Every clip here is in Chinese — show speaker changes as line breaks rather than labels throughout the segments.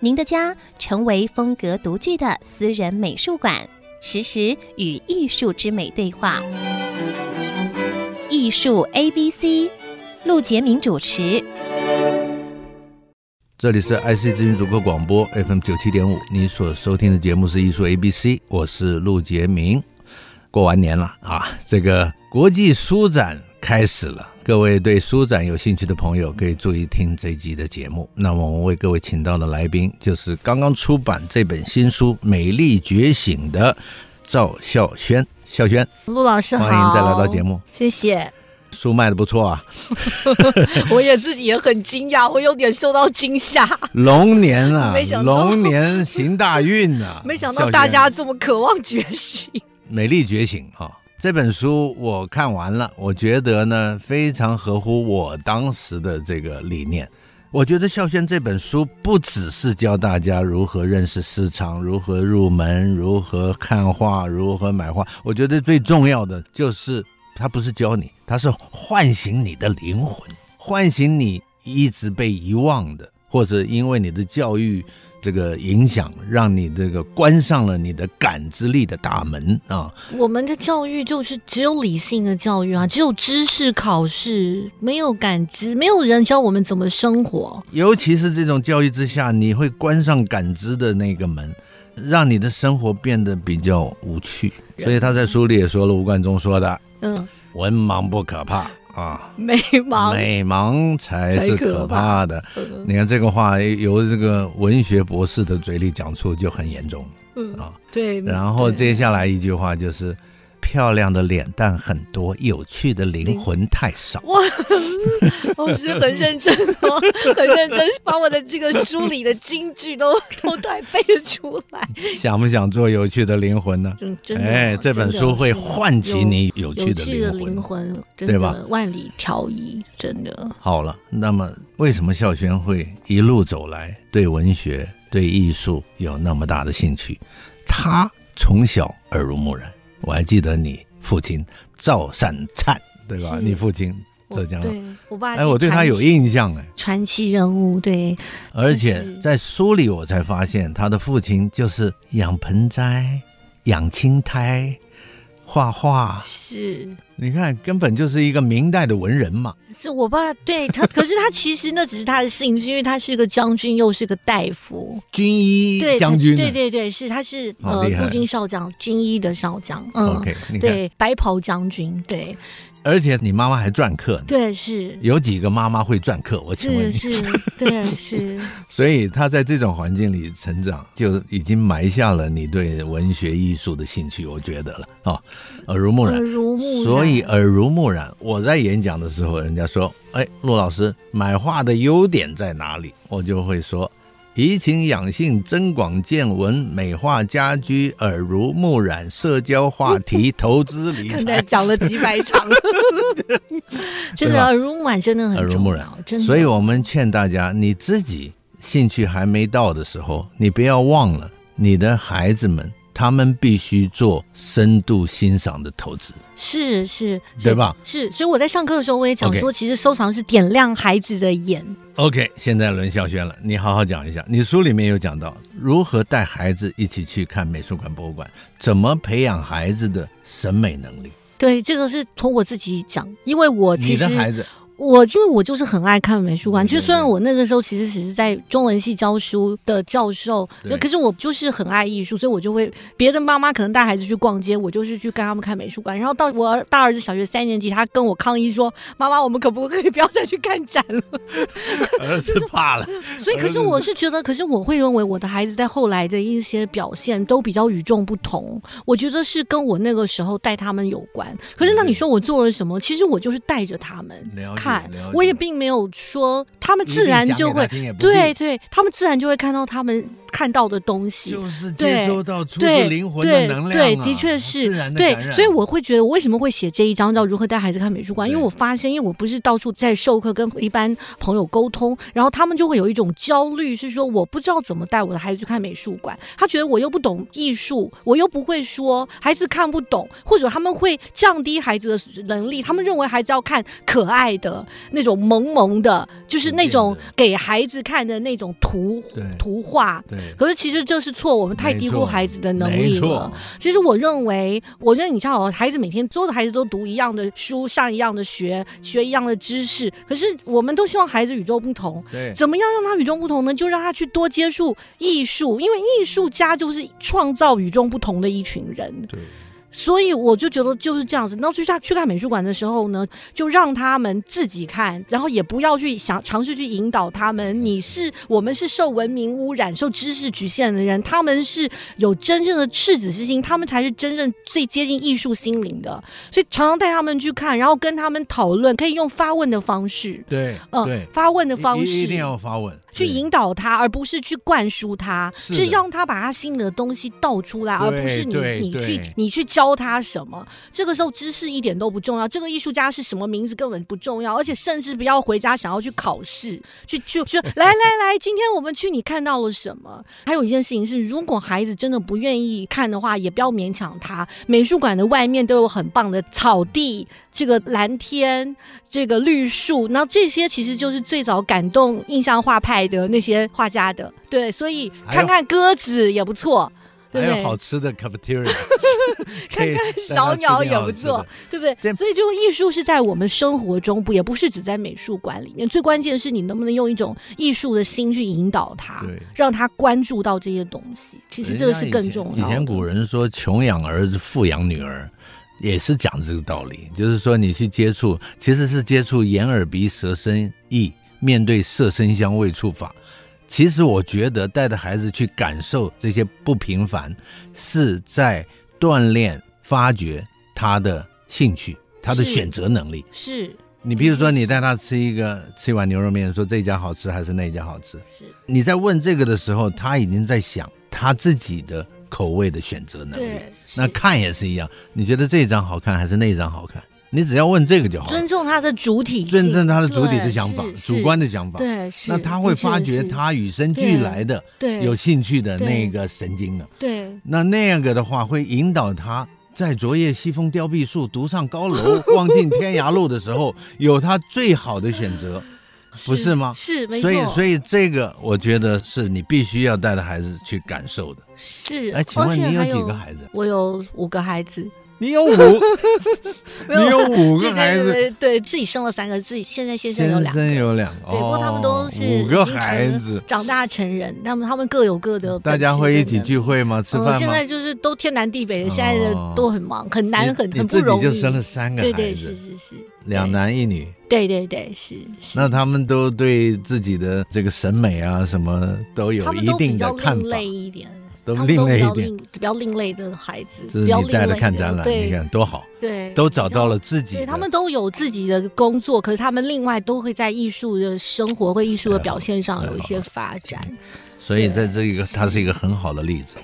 您的家成为风格独具的私人美术馆，实时与艺术之美对话。艺术 A B C，陆杰明主持。
这里是 IC 资讯主播广播 FM 九七点五，你所收听的节目是艺术 ABC，我是陆杰明。过完年了啊，这个国际书展开始了，各位对书展有兴趣的朋友可以注意听这一集的节目。那么我们为各位请到的来宾就是刚刚出版这本新书《美丽觉醒》的赵孝轩，孝轩，
陆老师好，
欢迎再来到节目，
谢谢。
书卖的不错啊，
我也自己也很惊讶，我有点受到惊 吓，
龙年啊
没，想到
龙年行大运啊，
没想到
孝
大
轩
家这么渴望觉醒。
美丽觉醒啊、这本书我看完了，我觉得呢非常合乎我当时的这个理念。我觉得孝轩这本书不只是教大家如何认识市场、如何入门、如何看画、如何买画，我觉得最重要的就是它不是教你，它是唤醒你的灵魂，唤醒你一直被遗忘的，或者因为你的教育这个影响，让你这个关上了你的感知力的大门啊。
我们的教育就是只有理性的教育啊，只有知识考试，没有感知，没有人教我们怎么生活。
尤其是这种教育之下，你会关上感知的那个门，让你的生活变得比较无趣。所以他在书里也说了，吴冠中说的
嗯，：“
文盲不可怕啊，
没忙。
美盲才是可怕的。
嗯
你看这个话由这个文学博士的嘴里讲出就很严重
嗯
啊。
对。
然后
对
接下来一句话就是：“漂亮的脸蛋很多，有趣的灵魂太少。”
哇， 老师很认真哦，很认真，把我的这个书里的金句都都带背了出来。
想不想做有趣的灵魂呢？
嗯，真的，
哎，这本
真的
书会
是
唤起你有
有
趣的
趣的
灵魂。
魂，真
对吧
的万里挑一，真的。
好了，那么为什么孝轩会一路走来对文学、对艺术有那么大的兴趣？他从小耳濡目染。我还记得你父亲赵善灿，对吧？
是
你父亲
我
浙江人，
对我爸，
哎，我对他有。印象哎，
传奇人物， 对，
而且
是
在书里我才发现，他的父亲就是养盆栽、养青苔、画画，
是
你看，根本就是一个明代的文人嘛。
是我爸对他，可是他其实那只是他的兴趣，因为他是个将军，又是个大夫，
军医
对，
将军、啊。
对对对，是他是
好
呃
厉害
陆军少将，军医的少将，嗯
OK，你看，
对，白袍将军，对
而且你妈妈还篆刻呢。
对是
有几个妈妈会篆刻？我请问
是
你，
是，对是，
所以她在这种环境里成长，就已经埋下了你对文学艺术的兴趣，我觉得了哦，耳濡目染
耳。濡目染，
所以耳濡目染，我在演讲的时候，人家说：“哎，陆老师，买画的优点在哪里？”我就会说：“怡情养性，增广见闻，美化家居，耳濡目染，社交话题，投资理
看
财
来。讲了几 百场，真
对
的
吧
耳濡目染真的
耳
很
濡目
重
染
要，真”的。
所以，我们劝大家，你自己兴趣还没到的时候，你不要忘了你的孩子们，他们必须做深度欣赏的投资。
是是，是
对吧？
是，所以我在上课的时候我也讲
OK
说，其实收藏是点亮孩子的眼。
OK，现在轮小轩了，你好好讲一下。你书里面有讲到如何带孩子一起去看美术馆、博物馆，怎么培养孩子的审美能力。
对，这个是从我自己讲，因为我
你
其实
的孩子
我因为我就是很爱看美术馆，
对
就
对
虽然
对
我那个时候其实只是在中文系教书的教授，
对
那可是我就是很爱艺术，所以我就会别的妈妈可能带孩子去逛街，我就是去跟他们看美术馆。然后到我儿大儿子小学三年级，他跟我抗议说：“妈妈，我们可不可以不要再去看展了？”
儿子怕了，
所以，可是我是觉得，可是我会认为我的孩子在后来的一些表现都比较与众不同。我觉得是跟我那个时候带他们有关。可是，那你说我做了什么？其实我就是带着他们
了解
看
了解，
我也并没有说他们自然就
一
会
定讲给他听也不
对
是
对，他们自然就会看到他们看到的东西。
就是
对
接收到出自
对
灵魂的
对
能量、啊
对，的确是
自然的
对
感，染
所以我会觉得我为什么会写这一章叫如何带孩子看美术馆？因为
对
我发现，因为我不是到处在授课，跟一般朋友沟通，然后他们就会有一种焦虑，是说我不知道怎么带我的孩子去看美术馆，他觉得我又不懂艺术，我又不会说，孩子看不懂，或者他们会降低孩子的能力，他们认为孩子要看可爱的那种萌萌的，就是那种
对
给孩子看的那种图
对
图画。
对，
可是其实这是错，我们太低
没
估
错
孩子的能力
没
了
错。，
其实我认为，我认为你像哦，孩子每天所有的孩子都读一样的书，上一样的学，学一样的知识。可是我们都希望孩子与众不同，
对，
怎么样让他与众不同呢？就让他去多接触艺术，因为艺术家就是创造与众不同的一群人。
对，
所以我就觉得就是这样子。那去他去看美术馆的时候呢，就让他们自己看，然后也不要去想尝试去引导他们。你是我们是受文明污染、受知识局限的人，他们是有真正的赤子之心，他们才是真正最接近艺术心灵的。所以常常带他们去看，然后跟他们讨论，可以用发问的方式，
对，
嗯、
对，
发问的
一
方式
一一定要发问，
去
对
引导他，而不是去灌输他，
是
是
的
让他把他心里的东西倒出来，而
对
不是你
对
你去
对
你去教他什么。这个时候知识一点都不重要，这个艺术家是什么名字根本不重要，而且甚至不要回家想要去考试，去去 去，来来来，今天我们去你看到了什么？还有一件事情是，如果孩子真的不愿意看的话，也不要勉强他。美术馆的外面都有很棒的草地，这个蓝天，这个绿树，那这些其实
嗯
就是最早感动印象画派的那些画家的。对，所以
还有
看看鸽子也不错，对
还
不
有哎好
对？
吃的 cafeteria，可以带他吃
小鸟
点
也
好
不
吃
错
的，
对不对？
对
所以这个艺术是在我们生活中，不也不是只在美术馆里面。最关键是你能不能用一种艺术的心去引导他，
对。
让他关注到这些东西。其实这个是更重要
以前。以前古
人
人说“穷养儿子，富养女儿”，也是讲这个道理，就是说你去接触，其实是接触眼、耳、鼻、舌、身、意，面对色、声、香味、触、法。其实我觉得带着孩子去感受这些不平凡，是在锻炼、发掘他的兴趣、他的
是
选择能力。
是
你比如说，
的确
你
是
带他吃一个吃一碗牛肉面，说这家好吃还是那家好吃，
是，
你在问这个的时候，他已经在想他自己的口味的选择能力。
对，
那
是
看也是一样，你觉得这一张好看还是那一张好看？你只要问这个就好了
尊，重他的主体性，
尊重他的主体的
对
想法、
是
主观的想法。
对，是
那他会发掘他与生俱来的
对
有兴趣的
对
那个神经呢。
对
那那样个的话，会引导他在昨夜西风凋碧树，独上高楼， 望尽天涯路的时候，有他最好的选择，不是吗？
是，没
所
错，
以，所
以
以这个我觉得是你必须要带着孩子去感受的。
是。
哎，请
而
问
且
你有
还
几个孩子？
我有五个孩子，
你有 五，
没有
你有五
对
个孩
对
子，
对对，自己生了三个，自己现在先生有
先
两个，
生有两个，
对，不过他们都
哦
是
五个
已经成
孩子，
长大成人，他们他们各有各的
大
本事跟能
家
力。
会一起聚会吗？吃
嗯，
饭
现
吗？
在就是都天南地北的，现在的
哦
都很忙，很难，
你
很
你
很不
自
容
己
易。
就生了三个
对
孩
对是
子，
是是，
两
对。
男一女，
对对对，是是。
那他们都对自己的这个审美啊什么都有
他们
一
都比
定
较
的看
另
法，
类一点，
都
他们
另
都
类
比
一
较
点。
另比较另类的孩子，
这是
比较
你
另
带着
类
看
的
展览，
对
你看多好，
对，
都找
比较
到了。自己的。
对他们都有自己的工作，可是他们另外都会在艺术的生活或艺术的表现上有一些发展。
哎所以
对
在这一个，它是一个很好的例子。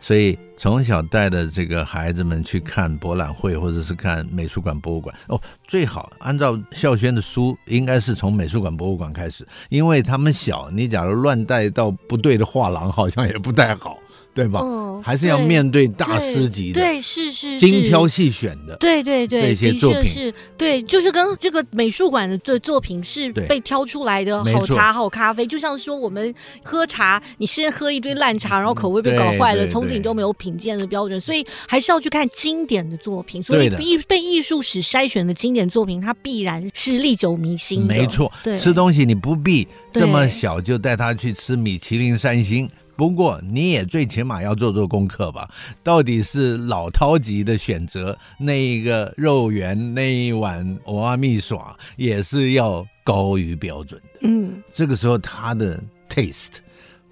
所以从小带着这个孩子们去看博览会，或者是看美术馆、博物馆哦，最好按照孝轩的书，应该是从美术馆、博物馆开始，因为他们小，你假如乱带到不对的画廊，好像也不太好，对吧？
嗯
还是要
对
面对大师级的、
对，是是
精挑
是
细选的。
对对对，
这些
的
作
确
品
是对，就是跟这个美术馆的作作品是
对
被挑出来的
没
好
错
茶、好咖啡，就像说我们喝茶，你先喝一堆烂茶，然后口味被搞
对
坏了，
嗯对
从此你
对
都没有品鉴的标准，所以还是要去看经典的作品。所以
对的
艺被艺术史筛选的经典作品，它必然是历久弥新的。
没错，
对，
吃东西你不必这么
对
小就带他去吃米其林三星。不过你也最起码要做做功课吧，到底是老饕级的选择，那一个肉圆那一碗欧阿米耍也是要高于标准的。
嗯，
这个时候他的 taste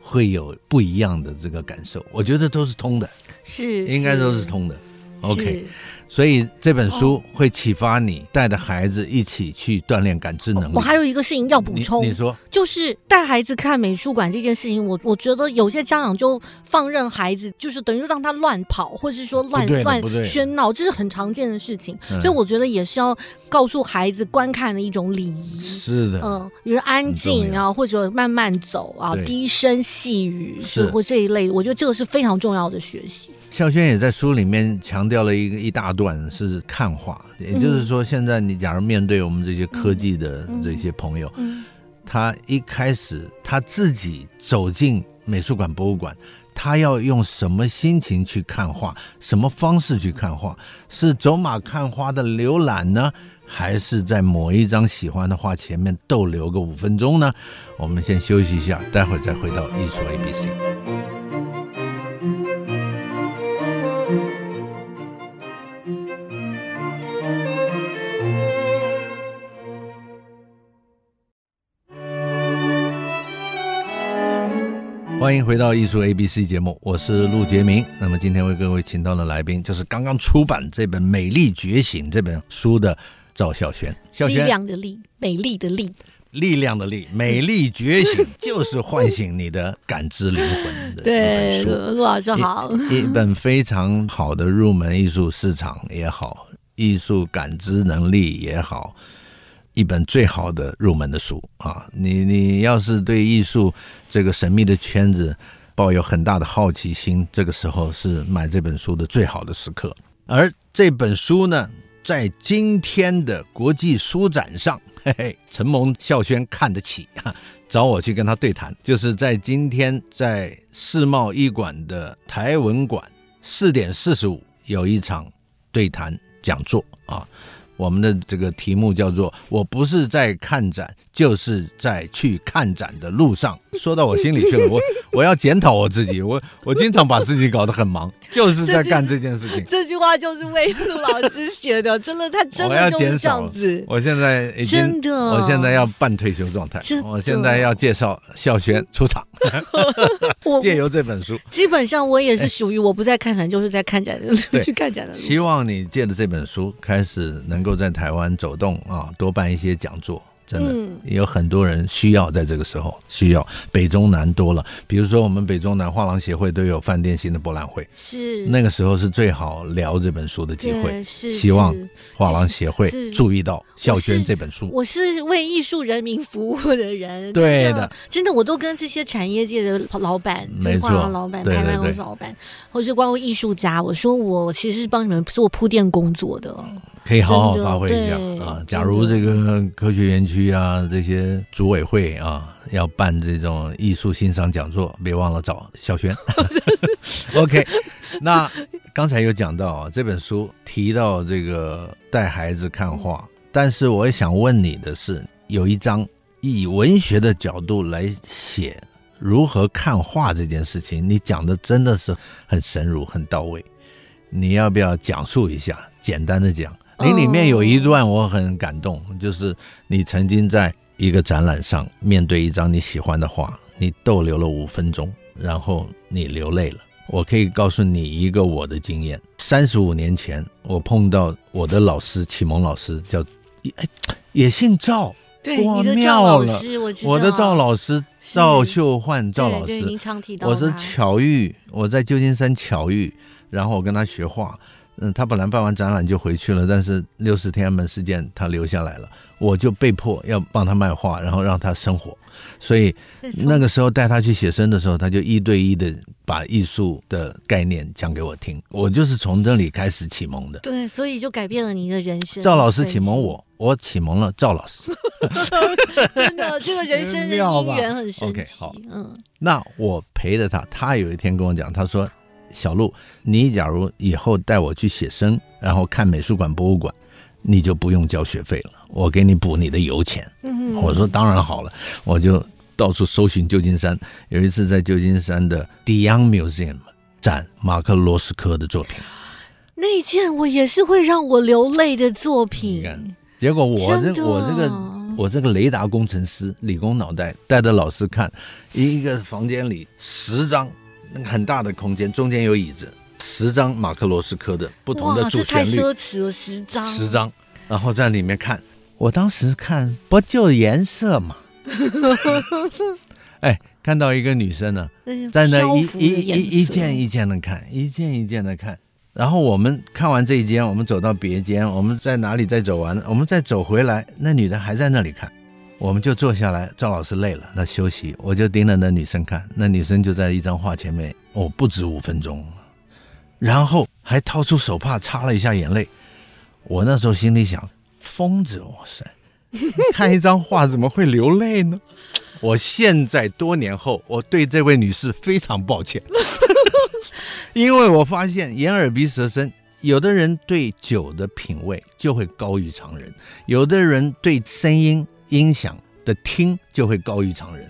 会有不一样的这个感受，我觉得都是通的，
是
应该都是通的。OK，
是哦
所以这本书会启发你带着孩子一起去锻炼感知能力。
哦我还有一个事情要补
你
充
你，说
就是带孩子看美术馆这件事情，我我觉得有些家长就放任孩子，就是等于让他乱跑，或是说乱
不对了
乱
不对了
喧闹，这是很常见的事情。
嗯
所以我觉得也是要告诉孩子观看的一种礼仪。
是的，
嗯，比如安静
很重
啊，或者慢慢走啊，
对
低声细语，
是
或这一类，我觉得这个是非常重要的学习。
孝轩也在书里面强调了一个一大段是看画，也就是说，现在你假如面对我们这些科技的
嗯
这些朋友，
嗯，
他一开始他自己走进美术馆、博物馆，他要用什么心情去看画，什么方式去看画？是走马看花的浏览呢，还是在某一张喜欢的画前面逗留个五分钟呢？我们先休息一下，待会儿再回到艺术 A B C。欢迎回到艺术 A B C 节目，我是陆杰明。那么今天为各位请到的来宾就是刚刚出版这本《美丽觉醒》这本书的赵孝轩。孝
力
轩，
量的力，美丽的力。
力量的力，美丽觉醒就是唤醒你的感知灵魂的
对，
一本书。
陆老师好。
一，一本非常好的入门艺术市场也好，艺术感知能力也好，一本最好的入门的书啊！你你要是对艺术这个神秘的圈子抱有很大的好奇心，这个时候是买这本书的最好的时刻。而这本书呢，在今天的国际书展上，嘿嘿，承蒙孝轩看得起啊，找我去跟他对谈，就是在今天在世贸一馆的台文馆四点四十五有一场对谈讲座啊。我们的这个题目叫做“我不是在看展，就是在去看展的路上”。说到我心里去了，我我要检讨我自己，我我经常把自己搞得很忙，就是在干这件事情。
这句话就是为陆老师写的，真的，他真
我要
的就是
减
这
少
样子。
我现在已经，
真的
我现在要半退休状态
真。的
我现在要介绍孝轩出场，
我
借由这本书，
基本上我也是属于我不在看展，就是在看展的 路
对
去看展的路。
希望你借着这本书，开始能够在台湾走动啊，多办一些讲座。真的、
嗯
有很多人需要在这个时候需要北中南多了，比如说我们北中南画廊协会都有饭店型的博览会，
是
那个时候是最好聊这本书的机会。
嗯对嗯是
希望
是
画廊协会
是
注意到孝
我是
轩这本书，
我是为艺术人民服务的人，
对
真
的，
真的，我都跟这些产业界的老板、
没
画廊
错
老板、
对
拍
对
卖公司
对
老板，或者是包括艺术家，我说我其实是帮你们做铺垫工作的。
可以好好
真的
发挥一下
对
啊！
真
假如
的
这个科学园区啊，这些组委会啊，要办这种艺术欣赏讲座，别忘了找小 轩。OK，那刚才有讲到啊，这本书提到这个带孩子看画，但是我也想问你的是，有一章以文学的角度来写如何看画这件事情，你讲的真的是很深入、很到位。你要不要讲述一下？简单的讲，你里面有一段我很感动，就是你曾经在一个展览上面对一张你喜欢的画，你逗留了五分钟，然后你流泪了。我可以告诉你一个我的经验：三十五年前，我碰到我的老师，启蒙老师叫，哎，也姓赵，
对，
哇
你的赵
妙
老
了
师，我知道
我的赵老师
是
赵秀焕赵老
对
师
对，您常提到
我是
他
巧遇，我在旧金山巧遇，然后我跟他学画。嗯，他本来办完展览就回去了，但是六十天安门事件他留下来了，我就被迫要帮他卖画，然后让他生活。所以那个时候带他去写生的时候，他就一对一的把艺术的概念讲给我听，我就是从这里开始启蒙的。
对，所以就改变了你的人生。
赵老师启蒙我，我启蒙了赵老师。
真的，这个人生 的
妙
姻
吧
缘很神奇
OK，好。
嗯，
那我陪着他，他有一天跟我讲，他说：“小陆，你假如以后带我去写生，然后看美术馆、博物馆，你就不用交学费了，我给你补你的油钱。”
嗯
我说：“当然好了。”我就到处搜寻旧金山。有一次在旧金山的 d i o n Museum 展马克·罗斯科的作品，
那一件我也是会让我流泪的作
你
品。
看，结果我
真
这
的
我这个我这个雷达工程师，理工脑袋，带着老师看，一个房间里十张，那个很大的空间，中间有椅子，十张马克罗斯科的不同的
哇，
主
这
旋
太
律，
奢侈了，十张，
十张，然后在里面看。我当时看不就颜色 嘛， 哎，看到一个女生呢，
那
在那
漂
一
浮的
一
颜
一一
色
件一件的看，一件一件的看。然后我们看完这一间，我们走到别间，我们在哪里再走完，我们再走回来，那女的还在那里看，我们就坐下来。赵老师累了，那休息，我就盯着那女生看，那女生就在一张画前面，哦，不止五分钟，然后还掏出手帕擦了一下眼泪。我那时候心里想，疯子，哇塞， 看一张画怎么会流泪呢？我现在多年后，我对这位女士非常抱 歉，因为我发现眼耳鼻舌身，有的人对酒的品味就会高于常人，有的人对声音音响的听就会高于常人，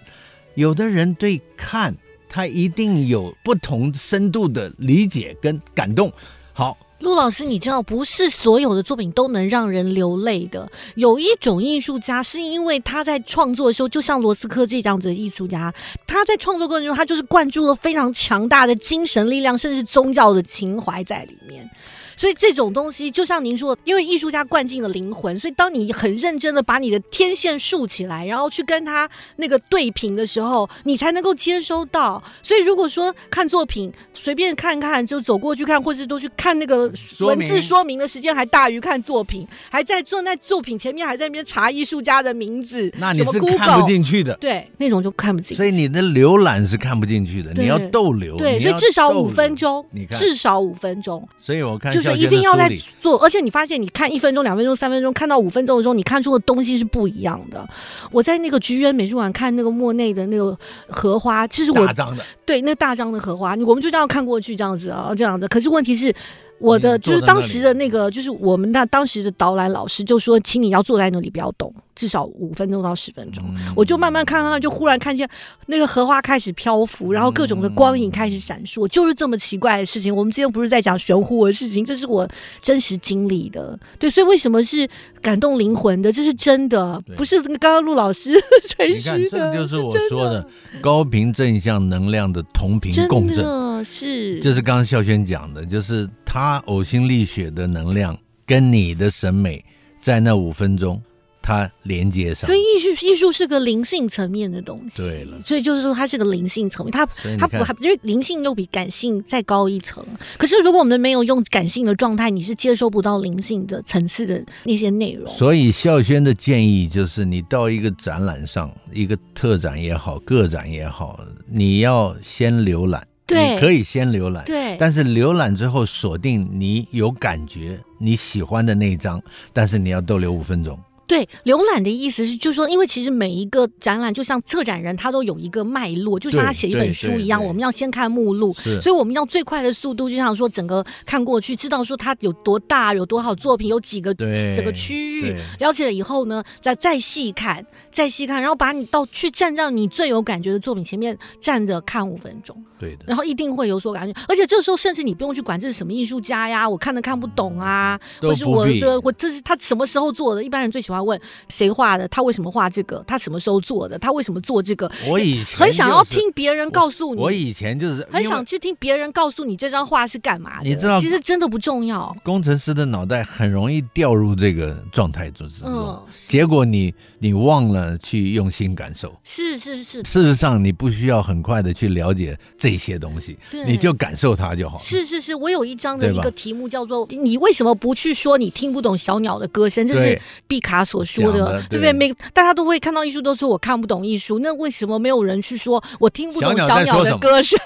有的人对看他一定有不同深度的理解跟感动。好，
陆老师，你知道不是所有的作品都能让人流泪的。有一种艺术家是因为他在创作的时候，就像罗斯科这样子的艺术家，他在创作过程中，他就是灌注了非常强大的精神力量，甚至是宗教的情怀在里面。所以这种东西，就像您说，因为艺术家灌进了灵魂，所以当你很认真的把你的天线竖起来，然后去跟他那个对平的时候，你才能够接收到。所以如果说看作品随便看看，就走过去看，或是都去看那个文
明
字说明的时间还大于看作品，还在坐在作品前面还在那边查艺术家的名字，
那你
什么
是
Google,
看不进去的。
对，那种就看不进去。
所以你的浏览是看不进去的，
对
你要逗留，
对，
你
所以
要
至少
逗
五
留
分钟
你，看，
至少五分钟，
所以我看
就是
孝
一
谦
定
的
要
书
在
里
做。而且你发现，你看一分钟、两分钟、三分钟，看到五分钟的时候，你看出的东西是不一样的。我在那个菊园美术馆看那个莫内的那个荷花，其实我哎
大张的，
对那大张的荷花，我们就这样看过去，这样子啊，这样子。可是问题是。我的
你坐
就是
在
当
那里
时的那个，就是我们那当时的导览老师就说，请你要坐在那里，不要动，至少五分钟到十分钟。
嗯
我就慢慢看，慢慢就忽然看见那个荷花开始漂浮，然后各种的光影开始闪烁，就是这么奇怪的事情。我们之前不是在讲玄乎的事情，这是我真实经历的。对，所以为什么是感动灵魂的？这是真的，
对
不是刚刚陆老师 吹
你看，
嘘
这
的。
个就是我
真
说的高频正向能量的同频
真
共振，
的是，
就是刚刚孝轩讲的，就是他呕心沥血的能量跟你的审美在那五分钟它连接上
所以。艺术艺术是个灵性层面的东西。
对了
所以就是说它是个灵性层面，它
所以你
它
看
不还因为灵性又比感性再高一层。可是如果我们没有用感性的状态，你是接收不到灵性的层次的那些内容。
所以孝轩的建议就是，你到一个展览上，一个特展也好，个展也好，你要先浏览，
对
你可以先浏览，
对，
但是浏览之后锁定你有感觉、你喜欢的那一张，但是你要逗留五分钟。
对，浏览的意思是，就是说，因为其实每一个展览，就像策展人他都有一个脉络，就像他
对
写一本
对
书
对
一样，
对
我们要先看目录，
是
所以我们要最快的速度，就像说整个看过去，知道说它有多大，有多好作品，有几个
对
整个区域
对，
了解了以后呢，再再细看，再细看，然后把你到去站到你最有感觉的作品前面站着看五分钟，
对的，
然后一定会有所感觉，而且这时候甚至你不用去管这是什么艺术家呀，我看都看不懂啊，
都
或是我
不必。
的我这是他什么时候做的？一般人最喜欢问谁画的，他为什么画这个，他什么时候做的，他为什么做这个，
我以前
很想要
就是
听别人告诉你。
我以前就是
很
因为
想去听别人告诉你这张画是干嘛的。
你知道
其实真的不重要。
工程师的脑袋很容易掉入这个状态之之中，
嗯，
结果你你忘了去用心感受。
是是是
事实上，你不需要很快的去了解这些东西，
对
你就感受它就好了。
是是是，我有一张的
对
一
吧
个题目叫做“你为什么不去说你听不懂小鸟的歌声”，这是
对
毕卡索说的，
讲的
对不
对
对？每大家都会看到艺术，都说我看不懂艺术，那为什么没有人去说我听不懂
小鸟
小
在
鸟
说
的
什么
歌声？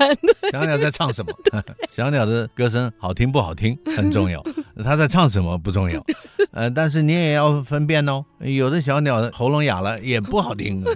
小鸟在唱什么？小鸟的歌声好听不好听 很重要，它在唱什么不重要。呃，但是你也要分辨哦，有的小鸟喉咙哑了也不好听，啊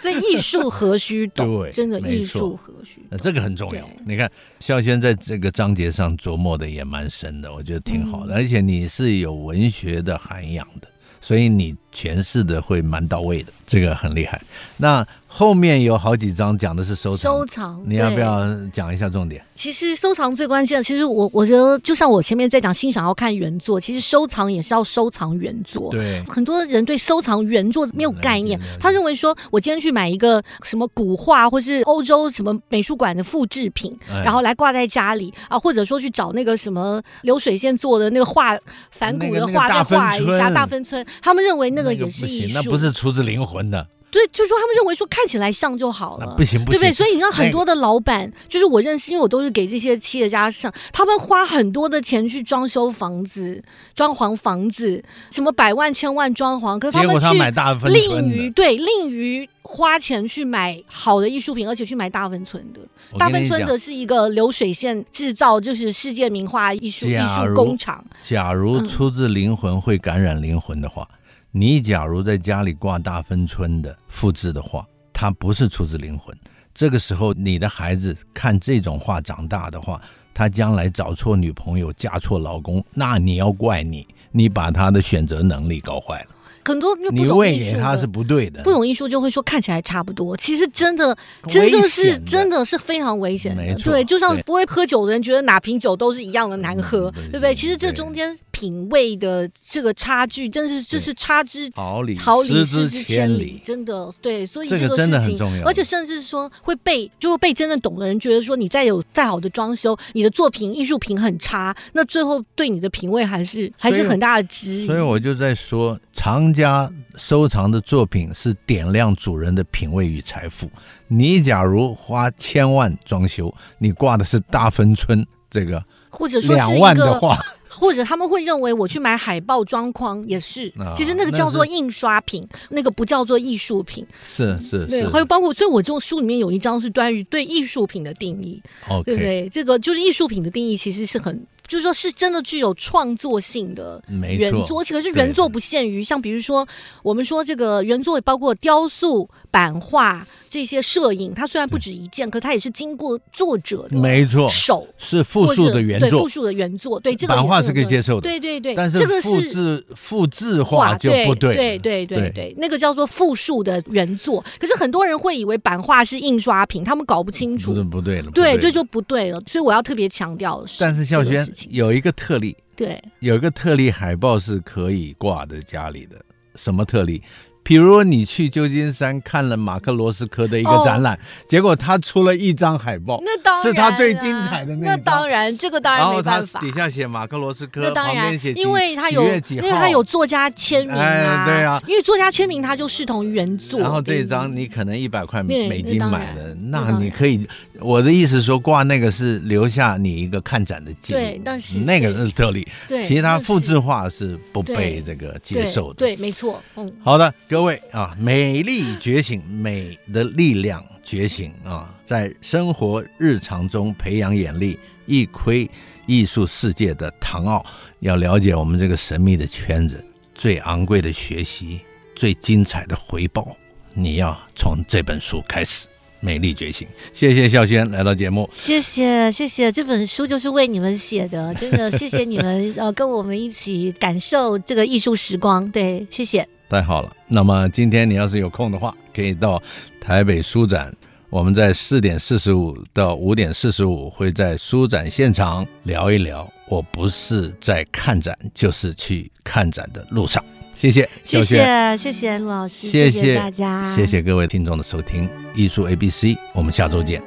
所以艺术何须懂？
对
真的
没
艺
错
术何须懂？
呃、这个很重要
对。
你看，孝轩在这个章节上琢磨的也蛮深的，我觉得挺好的，
嗯
而且你是有文学的涵养的，所以你诠释的会蛮到位的，这个很厉害。那后面有好几章讲的是收藏，
收藏，
你要不
对
要讲一下重点？
其实收藏最关键的，其实我我觉得，就像我前面在讲欣赏要看原作，其实收藏也是要收藏原作。
对，
很多人对收藏原作没有概念
嗯了解了解，
他认为说我今天去买一个什么古画，或是欧洲什么美术馆的复制品，
哎
然后来挂在家里啊，或者说去找那个什么流水线做的那个画，反
那
古
个
的
那个
画再
大分
画一下
村
大分村，他们认为那个也
不
是
行
艺术，
那不是出自灵魂的，
对，就是说他们认为说看起来像就好
那
了，
不行不
对
行。
不啊对？所以你知道
那个
很多的老板，就是我认识，因为我都是给这些企业家上，他们花很多的钱去装修房子、装潢房子，什么百万、千万装潢，可是他
结
们
果他
去
买大分
吝
村
于
的，
对吝于花钱去买好的艺术品，而且去买大芬村的。
我
大
跟
芬
你
村
讲，
的是一个流水线制造，就是世界名画艺术艺
假
术
如
工厂。
假如
嗯
出自灵魂会感染灵魂的话，你假如在家里挂大分村的复制的话，它不是出自灵魂。这个时候，你的孩子看这种画长大的话，他将来找错女朋友、嫁错老公，那你要怪你，你把他的选择能力搞坏了，
很多就不
你
懂
喂
艺
给
术
他
的
是不对的，
不懂艺术就会说看起来差不多，其实真的真
危
的
险
是
的
真的是非常危险的
没，错
对，就像
对
不会喝酒的人觉得哪瓶酒都是一样的难喝，
嗯对
对不对？
对
其实这
对
中间品味的这个差距，真是就是差之
毫厘
毫厘
失之
失之
千
千
里
里，。真的对，所以
这
这
个
个
真的
事
很
情，
重要
而且甚至是说会被就会被真正懂的人觉得说，你再有再好的装修，你的作品艺术品很差，那最后对你的品味还是还是很大的质疑。
所以我就在说，藏家收藏的作品是点亮主人的品味与财富。你假如花千万装修，你挂的是大芬村这个
或者说是
两
一
万
个
的画，
或者他们会认为我去买海报装框也是，
啊
其实那个
那
叫做
是
印刷品，那个不叫做艺术品。
是是
对，
是
还有包括，所以我这种书里面有一章是关于对艺术品的定义，对不
，OK，
对？这个就是艺术品的定义，其实是很，就是说是真的具有创作性的。
没
原作，
错
而，且可是原作不限于像比如说，我们说这个原作包括雕塑、版画这些摄影，它虽然不止一件，可它也是经过作者的
嗯没错，
手
是复述
或者
的原
对
作
复，述的原作，对这个
版
也
画
很
是可以
重要
接受的，
对对对，
但
这个
复
是。
制复制画就不对了，
对对
对
对对对，那个叫做复数的原作。可是很多人会以为版画是印刷品，他们搞不清
不
楚
是，不对了，不
对，
了
这就不对了。所以我要特别强调的是，
但是孝
这个
轩
事情
有一个特例，
对
有一个特例海报是可以挂在家里的，什么特例？比如你去旧金山看了马克罗斯科的一个
哦
展览，结果他出了一张海报，
那当然啊
是他最精彩的那
那
一张
当然，这个当
然
然
后
没
他
办法。
底下写马克罗斯科，
那当
旁
然
边写，几
因为他有，
几月几
因
号，
为他有作家签名啊，
哎对啊
因为作家签名他就视同于原作。嗯
然后这一
对
张你可能一百块
对
美金
那当然
买的，
那
那
当
你
然
可以，我的意思说挂那个是留下你一个看展的记录，
对但是
那个
对
是特例，
对，
其他
那
复
是
制化是不
对
被这个接
对
受的。
对，没错，嗯。
好的，各位啊，美丽觉醒，美的力量觉醒啊，在生活日常中培养眼力，一窥艺术世界的唐奥，要了解我们这个神秘的圈子，最昂贵的学习，最精彩的回报，你要从这本书开始。美丽觉醒，谢谢孝轩来到节目，
谢谢谢谢，这本书就是为你们写的，真的谢谢你们，呃，跟我们一起感受这个艺术时光。对，谢谢。
太好了。那么今天你要是有空的话，可以到台北书展，我们在四点四十五到五点四十五会在书展现场聊一聊。我不是在看展，就是去看展的路上。谢谢，
谢
小轩，
谢谢谢陆老师，
谢
谢大家，
谢谢各位听众的收听，艺术 A B C，我们下周见。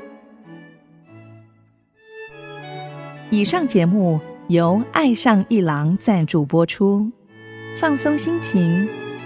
以上节目由爱上一郎赞助播出，放松心情，